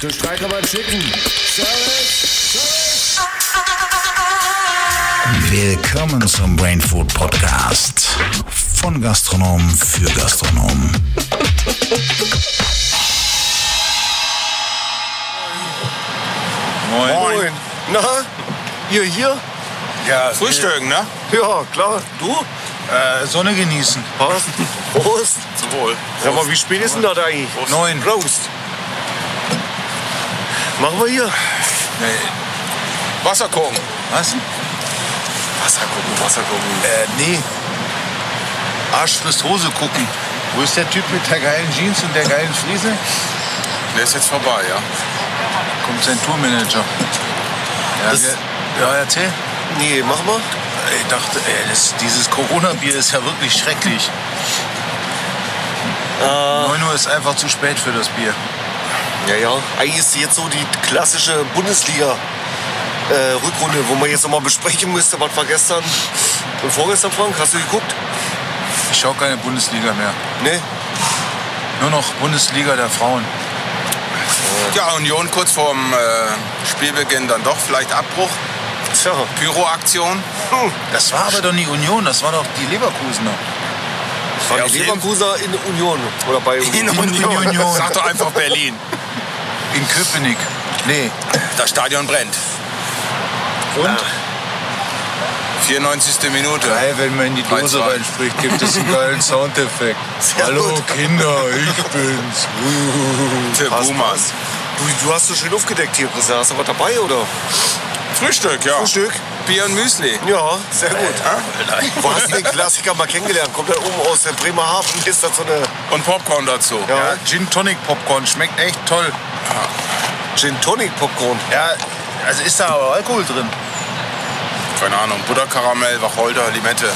Zu Streikamer schicken. Service! Service! Willkommen zum Brain Food Podcast. Von Gastronom für Gastronom. Moin. Moin. Na? Ihr hier? Ja, Frühstücken, ne? Ja, klar. Du? Äh, Sonne genießen. Prost. Prost. Zum Wohl. Sag mal, wie spät ist denn das eigentlich? Neun. Roast. Machen wir hier. Wasser gucken. Oh, Was? Wasser gucken, Wasser gucken. Äh, nee. Arsch plus Hose gucken. Wo ist der Typ mit der geilen Jeans und der geilen Friese? Der ist jetzt vorbei, ja. Kommt sein Tourmanager. Ja, Das- wir, ja erzähl. Nee, mach mal. Ich dachte, ey, das, dieses Corona-Bier ist ja wirklich schrecklich. Äh. 9 Uhr ist einfach zu spät für das Bier. Ja, ja. Eigentlich ist jetzt so die klassische Bundesliga-Rückrunde, wo man jetzt nochmal besprechen müsste, was war gestern und vorgestern, Frank. Hast du geguckt? Ich schaue keine Bundesliga mehr. Ne? Nur noch Bundesliga der Frauen. Ja, Union kurz vorm äh, Spielbeginn dann doch. Vielleicht Abbruch. Tja. Pyroaktion. Hm. Das war aber doch nicht Union, das war doch die Leverkusener. Das war Ja, die auf jeden- Leverkusener in Union. Oder bei In Union. Union. Sag doch einfach Berlin. In Köpenick. Nee. Das Stadion brennt. Und? 94. Minute. Geil, wenn man in die Dose 3-2. reinspricht, gibt es einen geilen Soundeffekt. Sehr Hallo gut. Kinder, ich bin's. Gute Passt, Boomers. passt. Du, du hast so schön aufgedeckt hier, Christian. Hast du was dabei, oder? Frühstück, ja. Frühstück? Bier und Müsli. Ja, sehr gut. Wo hast du den Klassiker mal kennengelernt? Kommt er oben aus der Bremerhaven? Ist das so eine Und Popcorn dazu. ja, Ja, Gin Tonic Popcorn schmeckt echt toll. Gin Tonic Popcorn? Ja, also ist da aber Alkohol drin. Keine Ahnung. Butterkaramell, Wacholder, Limette.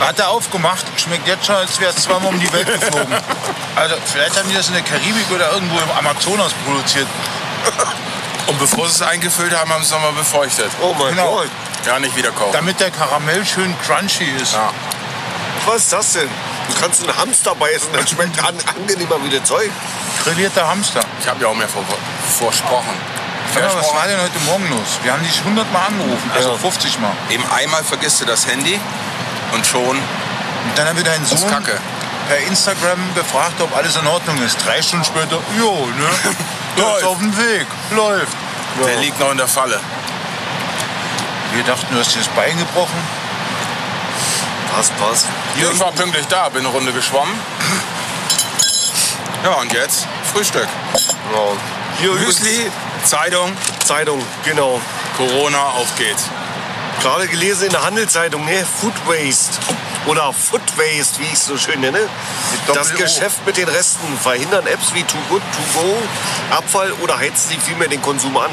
Hat er aufgemacht, schmeckt jetzt schon, als wäre es zweimal um die Welt geflogen. Also vielleicht haben die das in der Karibik oder irgendwo im Amazonas produziert. Und bevor sie es eingefüllt haben, haben sie es nochmal befeuchtet. Oh mein Genau. Gott. Ja, nicht wieder kaufen. Damit der Karamell schön crunchy ist. Ja. Was ist das denn? Du kannst einen Hamster beißen, das schmeckt an, angenehmer wie das Zeug. Grillierter Hamster. Ich habe ja auch mehr vor, versprochen. Sag mal, was Versprochen. war denn heute Morgen los? Wir haben dich 100 Mal angerufen, also Ja. 50 Mal. Eben einmal vergisst du das Handy und schon. Und dann haben wir deinen ist Sohn Kacke. per Instagram befragt, ob alles in Ordnung ist. Drei Stunden später, jo, ne? Der Läuft. ist auf dem Weg, läuft. Der liegt noch in der Falle. Wir dachten, du hast dir das Bein gebrochen. Passt, passt. Ich war pünktlich da, bin eine Runde geschwommen. Ja, und jetzt Frühstück. Ja. Hier übrigens Müsli, Zeitung, Zeitung, genau. Corona, auf geht's. Gerade gelesen in der Handelszeitung, ne? Food Waste oder Food Waste, wie ich es so schön nenne. Doppel-O. Das Geschäft mit den Resten verhindern Apps wie Too Good, To Go, Abfall oder heizen sie vielmehr den Konsum an.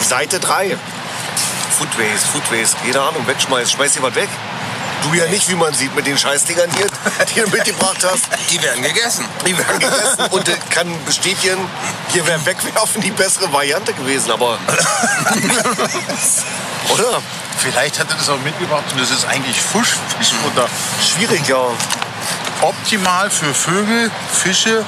Seite 3. Food Waste, Food Waste, keine Ahnung, wegschmeißt, schmeißt jemand weg. Du ja nicht, wie man sieht, mit den Scheißdingern hier, die du mitgebracht hast. Die werden gegessen. Die werden gegessen und äh, kann bestätigen, hier wäre wegwerfen die bessere Variante gewesen, aber. Oder? Vielleicht hat er das auch mitgebracht und das ist eigentlich Fisch, Fischfutter. Schwierig, ja. Optimal für Vögel, Fische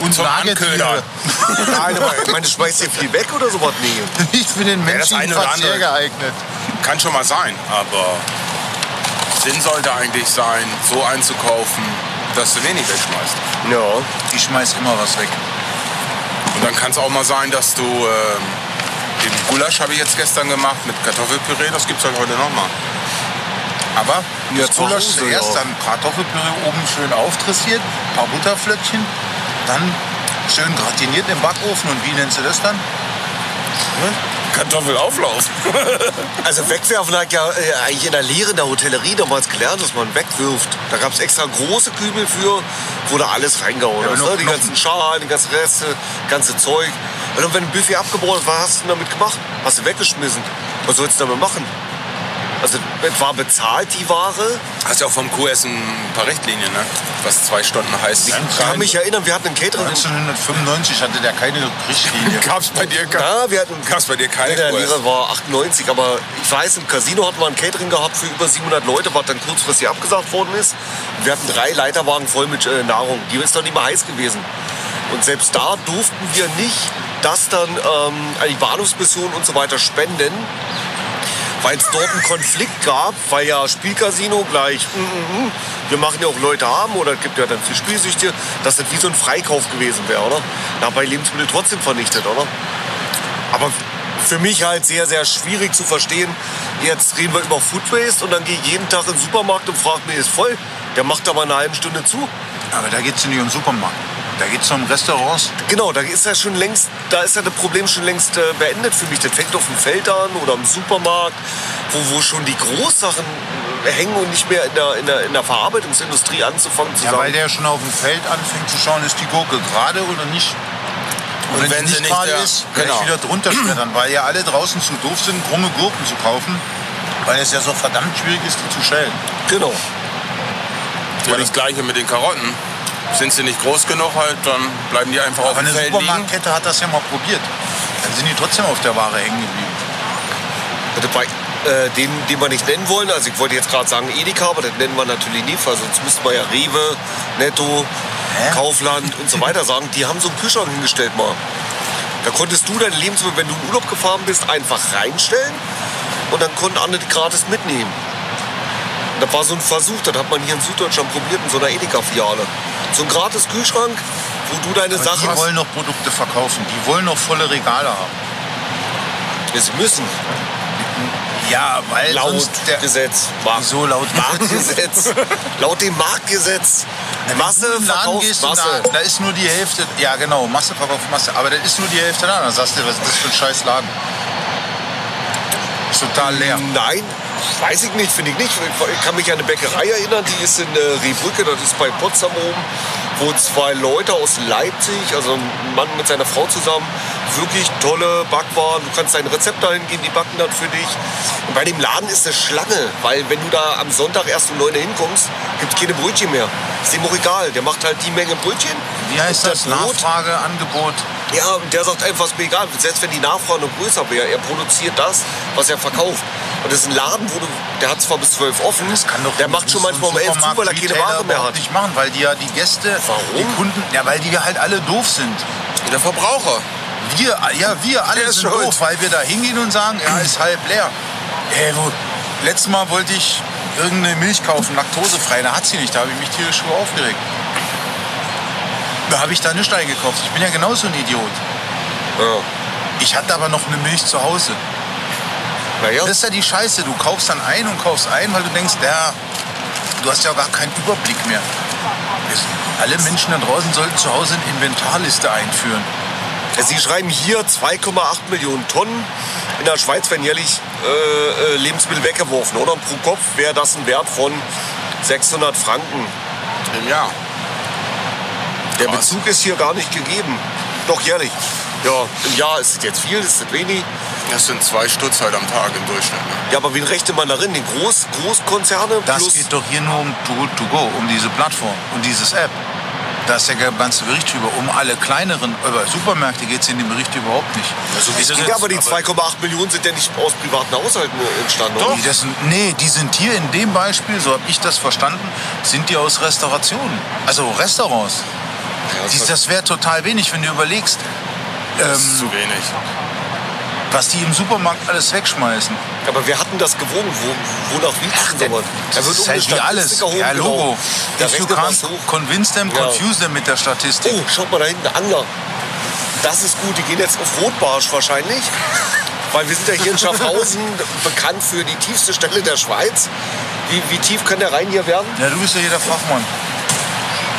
und Zum Nagetiere. Anködern. Nein, aber Ah, ich meine, schmeißt ihr viel weg oder sowas? Nee. Nicht für den das menschlichen eine oder Verzehr andere. geeignet. Kann schon mal sein, aber Sinn sollte eigentlich sein, so einzukaufen, dass du wenig wegschmeißt. Ja. Ich schmeiß immer was weg. Und dann kann es auch mal sein, dass du ähm, den Gulasch habe ich jetzt gestern gemacht mit Kartoffelpüree, das gibt's halt heute nochmal. Aber Ja, Das Gulasch brauchen sie, zuerst, ja. dann Kartoffelpüree oben schön aufdressiert, ein paar Butterflöckchen, dann schön gratiniert im Backofen und wie nennst du das dann? Kartoffelauflauf. Also wegwerfen hat ja äh, eigentlich in der Lehre in der Hotellerie damals gelernt, dass man wegwirft. Da gab es extra große Kübel für, wo da alles reingehauen Ja, ist. nur Ne? Die Knochen. ganzen Schalen, die ganzen Reste, ganze Zeug. Und wenn ein Buffet abgebrochen war, hast du damit gemacht? Hast du weggeschmissen? Was sollst du damit machen? Also es war bezahlt, die Ware. Hast ja auch vom QS ein paar Richtlinien, ne? Was zwei Stunden heißt. Ich kann mich erinnern, wir hatten einen Catering. 1995 hatte der keine Richtlinie. Gab's bei dir keine? Ja, wir hatten Gab's bei dir keine Der QS? Lehrer war 98, aber ich weiß, im Casino hatten wir ein Catering gehabt für über 700 Leute, was dann kurzfristig abgesagt worden ist. Wir hatten drei Leiterwagen voll mit äh, Nahrung. Die ist doch nicht mehr heiß gewesen. Und selbst da durften wir nicht das dann ähm, an die Bahnhofsmission und so weiter spenden, weil es dort einen Konflikt gab, weil ja Spielcasino gleich, mm, mm, mm, wir machen ja auch Leute arm oder es gibt ja dann viel Spielsüchte, dass das wie so ein Freikauf gewesen wäre, oder? Dabei Lebensmittel trotzdem vernichtet, oder? Aber für mich halt sehr, sehr schwierig zu verstehen. Jetzt reden wir über Food Waste und dann gehe ich jeden Tag in den Supermarkt und frage mir, ist voll? Der macht aber eine halbe Stunde zu. Aber da geht es nicht um Supermarkt. Da geht es um Restaurants. Genau, da ist ja schon längst, da ist ja das Problem schon längst äh, beendet für mich. Das fängt auf dem Feld an oder im Supermarkt, wo, wo schon die Großsachen äh, hängen und nicht mehr in der, in der, in der Verarbeitungsindustrie anzufangen zu Ja, weil sagen. der schon auf dem Feld anfängt zu schauen, ist die Gurke gerade oder nicht. Und, wenn, sie nicht gerade ja, ist, kann genau. ich wieder drunter schmettern, weil ja alle draußen zu doof sind, krumme Gurken zu kaufen, weil es ja so verdammt schwierig ist, die zu schälen. Genau. Ja, das gleiche mit den Karotten. Sind sie nicht groß genug halt, dann bleiben die einfach auf Aber dem eine Feld liegen. Supermarktkette hat das ja mal probiert. Dann sind die trotzdem auf der Ware hängen geblieben. Das war, äh, den, den wir nicht nennen wollen, also ich wollte jetzt gerade sagen Edeka, aber das nennen wir natürlich nie, weil sonst müssten wir ja Rewe, Netto, Kaufland und so weiter sagen. Die haben so einen Kühlschrank hingestellt mal. Da konntest du deine Lebensmittel, wenn du in Urlaub gefahren bist, einfach reinstellen und dann konnten andere die gratis mitnehmen. Und Das war so ein Versuch, das hat man hier in Süddeutschland probiert in so einer Edeka-Filiale. So ein gratis Kühlschrank, wo du deine Aber Sachen die hast. wollen noch Produkte verkaufen, die wollen noch volle Regale haben. Es müssen, Ja, weil laut sonst der, Gesetz. War- Wieso laut Marktgesetz. Laut dem Marktgesetz. Masse Wenn du in den Laden verkauft gehst und Masse. Da, da ist nur die Hälfte, ja genau, Masse verkauft Masse, aber das ist nur die Hälfte da. Dann sagst du, was ist das für ein scheiß Laden? Ist total leer. Nein, weiß ich nicht, finde ich nicht. Ich kann mich an eine Bäckerei erinnern, die ist in äh, Riebrücke, das ist bei Potsdam oben, wo zwei Leute aus Leipzig, also ein Mann mit seiner Frau zusammen, wirklich tolle Backwaren. Du kannst dein Rezept dahin geben, die backen dann für dich. Und bei dem Laden ist eine Schlange, weil wenn du da am Sonntag erst um 9 Uhr hinkommst, gibt es keine Brötchen mehr. Ist dem auch egal, der macht halt die Menge Brötchen. Wie heißt Und das? Brot Nachfrage, Angebot. Ja, und der sagt einfach, ist mir egal, selbst wenn die Nachfrage noch größer wäre, er produziert das, was er verkauft. Und das ist ein Laden, wo du, der hat zwar bis 12 offen, der macht schon manchmal um 11 zu, weil er keine Ware mehr hat. nicht machen, weil die ja die Gäste, Warum? die Kunden, ja, weil die ja halt alle doof sind. Der Verbraucher. Wir, ja, wir alle Der ist sind schuld. doof, weil wir da hingehen und sagen, ja, ist halb leer. Ey, wo, letztes Mal wollte ich irgendeine Milch kaufen, laktosefrei, da hat sie nicht, da habe ich mich tierisch drüber aufgeregt. Da habe ich da nichts eingekauft. Ich bin ja genauso ein Idiot. Ich hatte aber noch eine Milch zu Hause. Naja, Das ist ja die Scheiße. Du kaufst dann ein und kaufst ein, weil du denkst, ja, du hast ja gar keinen Überblick mehr. Alle Menschen da draußen sollten zu Hause eine Inventarliste einführen. sie schreiben hier 2,8 Millionen Tonnen. In der Schweiz werden jährlich äh, äh, Lebensmittel weggeworfen, oder? Und pro Kopf wäre das ein Wert von 600 Franken. Im Jahr. Der Krass. Bezug ist hier gar nicht gegeben. Doch jährlich. Ja, im Jahr ist es jetzt viel, ist es wenig. Das sind zwei Stutz halt am Tag im Durchschnitt. Ne? Ja, aber wen rechte man darin? Die Groß Großkonzerne Das plus geht doch hier nur um Too Good To Go, um diese Plattform und dieses App. Da ist der ganze Bericht drüber. Um alle kleineren, über Supermärkte geht es in dem Bericht überhaupt nicht. Ist das ja, jetzt- aber die 2,8 Millionen sind ja nicht aus privaten Haushalten entstanden. oder? Doch. Die, das sind, nee, die sind hier in dem Beispiel, so habe ich das verstanden, sind die aus Restaurationen. Also Restaurants. Die- Das wäre total wenig, wenn du überlegst, Das ähm, ist zu wenig. was die im Supermarkt alles wegschmeißen. Aber wir hatten das gewogen, wo, wonach willst du aber? Das ist halt wie alles. Ja, Logo. Da If you rechnet man can't hoch. convince them, Ja. confuse them mit der Statistik. Oh, schaut mal da hinten, Angler. Das ist gut, die gehen jetzt auf Rotbarsch wahrscheinlich. Weil wir sind ja hier in Schaffhausen bekannt für die tiefste Stelle der Schweiz. Wie, wie tief kann der Rhein hier werden? Oh. Ja, du bist ja hier der Fachmann.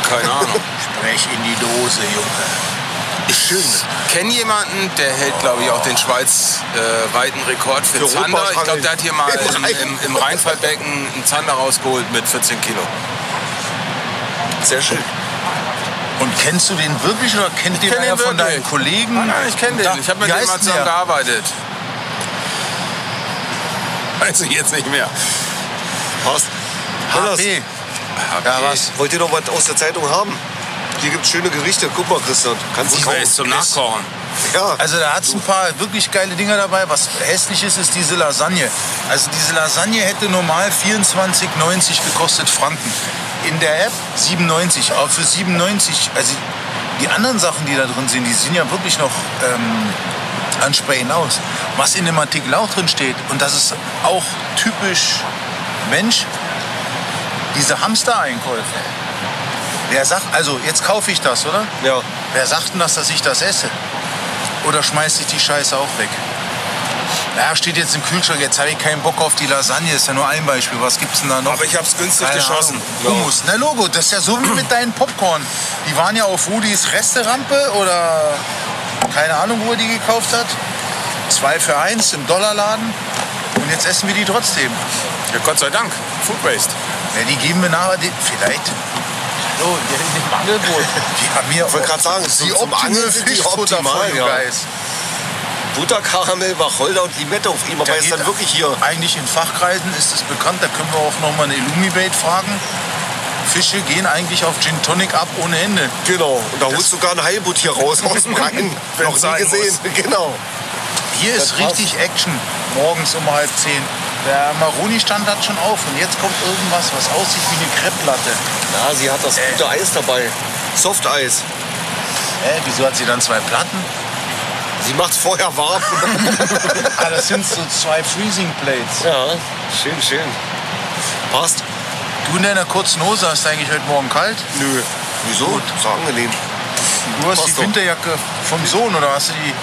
Keine Ahnung. Sprech in die Dose, Junge. Schön. Kenn jemanden, der hält, glaube ich, auch den schweizweiten Rekord für, Für Zander. Europa Ich glaube, der hat hier mal Im im, Rhein. im, im Rheinfallbecken einen Zander rausgeholt mit 14 Kilo. Sehr schön. Und kennst du den wirklich oder kennt den kenn einer den von wirklich. deinen Kollegen? Nein, nein, ich kenne den. Da- ich habe mit Wie dem heißt mal denn zusammen der? gearbeitet. Weiß ich jetzt nicht mehr. Passt. Anders, HP. Ja, was? wollt ihr noch was aus der Zeitung haben? Hier gibt es schöne Gerichte. Guck mal, Christian. Kannst du Gut, wer ist kaufen. zum Nachkochen. Ja. Also da hat es ein paar wirklich geile Dinger dabei. Was hässlich ist, ist diese Lasagne. Also diese Lasagne hätte normal 24,90 gekostet Franken. In der App 97, aber für 97, also Die anderen Sachen, die da drin sind, die sind ja wirklich noch ähm, ansprechend aus. Was in dem Artikel auch drin steht, und das ist auch typisch Mensch, diese Hamster-Einkäufe. Wer sagt, also jetzt kaufe ich das, oder? Ja. Wer sagt denn das, dass ich das esse? Oder schmeißt ich die Scheiße auch weg? Naja, steht jetzt im Kühlschrank, jetzt habe ich keinen Bock auf die Lasagne, ist ja nur ein Beispiel. Was gibt's denn da noch? Aber ich hab's günstig Keine geschossen. Ahnung. Hummus. Na Logo, das ist ja so wie mit deinen Popcorn. Die waren ja auf Rudis Resterampe oder keine Ahnung, wo er die gekauft hat. Zwei für eins im Dollarladen. Und jetzt essen wir die trotzdem. Ja, Gott sei Dank. Food Waste. Ja, die geben wir nachher, die, vielleicht. Hallo, der ist im Angebot. Die haben mir wollte grad sagen, die zum- zum optimale Angeln sind die Fischfutter optimal, voll, ja. Guys. Butter, Karamell, Wacholder und Limette auf ihm. Aber Da ist dann geht- wirklich hier. Eigentlich in Fachkreisen ist es bekannt, da können wir auch nochmal eine Illumibate fragen. Fische gehen eigentlich auf Gin Tonic ab ohne Ende. Genau. Und da holst du sogar einen Heilbutt hier raus aus dem Rhein. Wenn's Noch nie sein gesehen. Genau. Hier Das ist war's. richtig Action. Morgens um halb zehn. Der Maroni stand hat schon auf und jetzt kommt irgendwas, was aussieht wie eine Kreppplatte. Ja, sie hat das gute Eis dabei. Softeis. Hä, wieso hat sie dann zwei Platten? Sie macht's vorher warm. ah, das sind so zwei Freezing Plates. ja, schön, schön. Passt. Du in deiner kurzen Hose hast eigentlich heute Morgen kalt. Nö. Wieso? So angenehm. Du hast Passt die doch. Winterjacke vom Sohn oder hast du die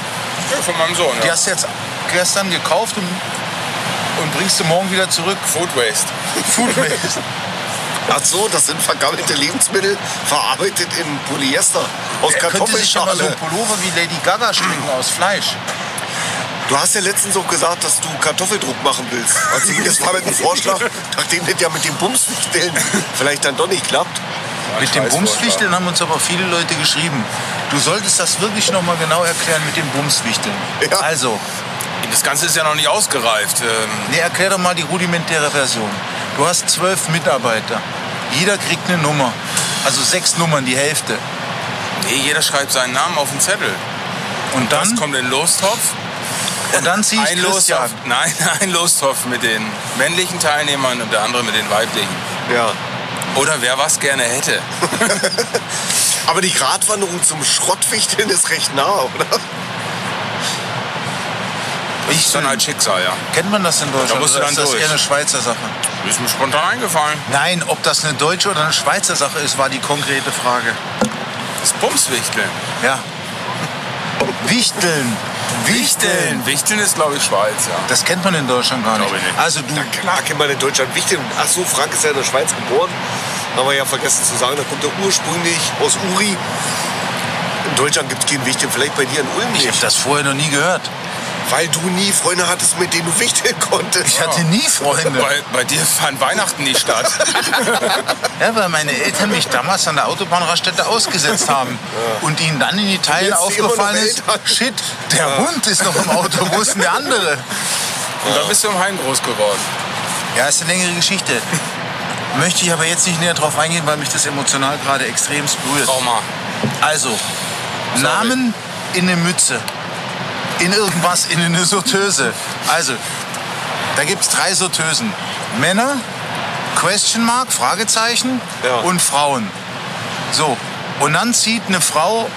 Ja, von meinem Sohn. Die Ja. hast du jetzt gestern gekauft und, und bringst du morgen wieder zurück. Food Waste. Food Waste. Ach so, das sind vergammelte Lebensmittel, verarbeitet in Polyester aus Er könnte sich schon mal so Kartoffelschale. ein Pullover wie Lady Gaga stricken aus Fleisch. Du hast ja letztens auch gesagt, dass du Kartoffeldruck machen willst. Also das war mit dem Vorschlag, nachdem das ja mit dem Bumsstellen vielleicht dann doch nicht klappt. Mit dem Scheiß Vorschlag. Bumswichteln haben uns aber viele Leute geschrieben. Du solltest das wirklich noch mal genau erklären mit dem Bumswichteln. Ja. Also, Das Ganze ist ja noch nicht ausgereift. Ähm, nee, erklär doch mal die rudimentäre Version. Du hast zwölf Mitarbeiter. Jeder kriegt eine Nummer. Also sechs Nummern, die Hälfte. nee, jeder schreibt seinen Namen auf den Zettel. Und Das dann, kommt in den Lostopf. und dann ziehe ich Ein Lostopf. Christian. Nein, ein Lostopf mit den männlichen Teilnehmern und der andere mit den weiblichen. Ja. Oder wer was gerne hätte. Aber die Gratwanderung zum Schrottwichteln ist recht nah, oder? Ich dann halt Schicksal, ja. Kennt man das in Deutschland? musst du oder dann ist das durch. eher eine Schweizer Sache? Ist mir spontan eingefallen. Nein, ob das eine deutsche oder eine Schweizer Sache ist, war die konkrete Frage. Das Bumswichteln. Ja. Wichteln. Wichteln. Wichteln ist, glaube ich, Schweiz, ja. Das kennt man in Deutschland gar nicht. Glaube ich nicht. Also du, Na klar, kennt man in Deutschland wichteln. Ach so, Frank ist ja in der Schweiz geboren. Haben wir ja vergessen zu sagen, da kommt er ursprünglich aus Uri. In Deutschland gibt es kein Wichteln, vielleicht bei dir in Ulm ich habe nicht. das vorher noch nie gehört. Weil du nie Freunde hattest, mit denen du wichteln konntest. Ich hatte nie Freunde. Bei, bei dir fand Weihnachten nicht statt. Ja, weil meine Eltern mich damals an der Autobahnraststätte ausgesetzt haben und ihnen dann in Italien Jetzt die aufgefallen immer noch ist, Eltern. shit, der Hund ist noch im Auto, wo ist denn der andere? Und dann bist du im Heim groß geworden. Ja, ist eine längere Geschichte. Möchte ich aber jetzt nicht näher drauf eingehen, weil mich das emotional gerade extremst berührt. Trauma. Also, Namen in eine Mütze. In irgendwas, in eine Sorteuse. Also, da gibt es drei Sorteusen. Männer, Question Mark, Fragezeichen Ja. und Frauen. So, und dann zieht eine Frau...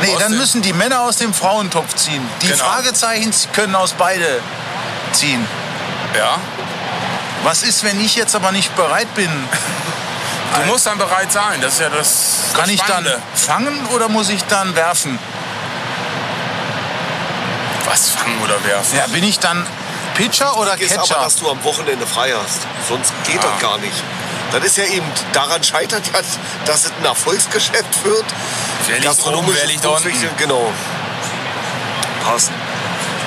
Nee, Aus dann dem- müssen die Männer aus dem Frauentopf ziehen. Die Genau. Fragezeichen können aus beide ziehen. Ja. Was ist, wenn ich jetzt aber nicht bereit bin? Du musst dann bereit sein. Das ist ja das. Kann das ich dann Spannende. fangen oder muss ich dann werfen? was fangen oder werfen? Ja, bin ich dann Pitcher oder Wichtig ist aber, Catcher? dass du am Wochenende frei hast. Sonst geht Ah. das gar nicht. Das ist ja eben, daran scheitert ja, dass es ein Erfolgsgeschäft wird. Wer liegt Gastronomisch oben, wer ist liegt unten? Berufswichteln, Genau. Passt.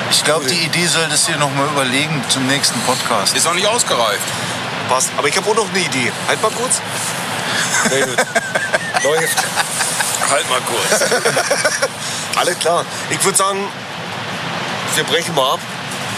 Ich glaube, die Idee solltest du dir noch mal überlegen zum nächsten Podcast. Ist noch nicht ausgereift. Passt. Aber ich habe auch noch eine Idee. Halt mal kurz. Sehr gut. Läuft. Halt mal kurz. Alles klar. Ich würde sagen, wir brechen mal ab.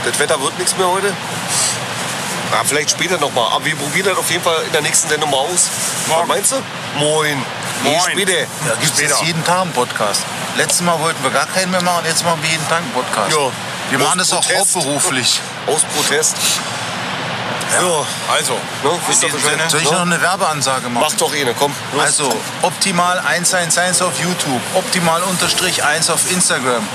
Das Wetter wird nichts mehr heute. Ja, vielleicht später nochmal. Aber wir probieren das auf jeden Fall in der nächsten Sendung mal aus. Was Morgen. meinst du? Moin. Moin. Ich später. Da gibt es Später. jetzt jeden Tag einen Podcast. Letztes Mal wollten wir gar keinen mehr machen, jetzt machen wir jeden Tag einen Podcast. Ja. Wir machen das auch Protest. hauptberuflich. Aus Protest. Ja. Also, Ne? in Wisst ihr diesem Bescheid? Sinne, Soll ich Ja. noch eine Werbeansage machen? Mach doch eine, komm. los. Also optimal 111 auf YouTube, optimal unterstrich 1 auf Instagram,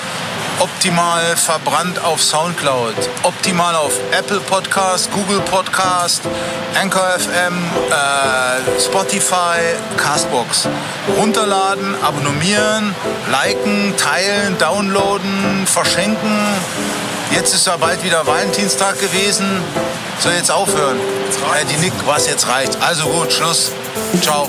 optimal verbrannt auf Soundcloud, optimal auf Apple Podcast, Google Podcast, Anchor FM, äh, Spotify, Castbox. Runterladen, abonnieren, liken, teilen, downloaden, verschenken. Jetzt ist ja bald wieder Valentinstag gewesen. Soll jetzt aufhören? Äh, die nickt, was jetzt reicht. Also gut, Schluss. Ciao.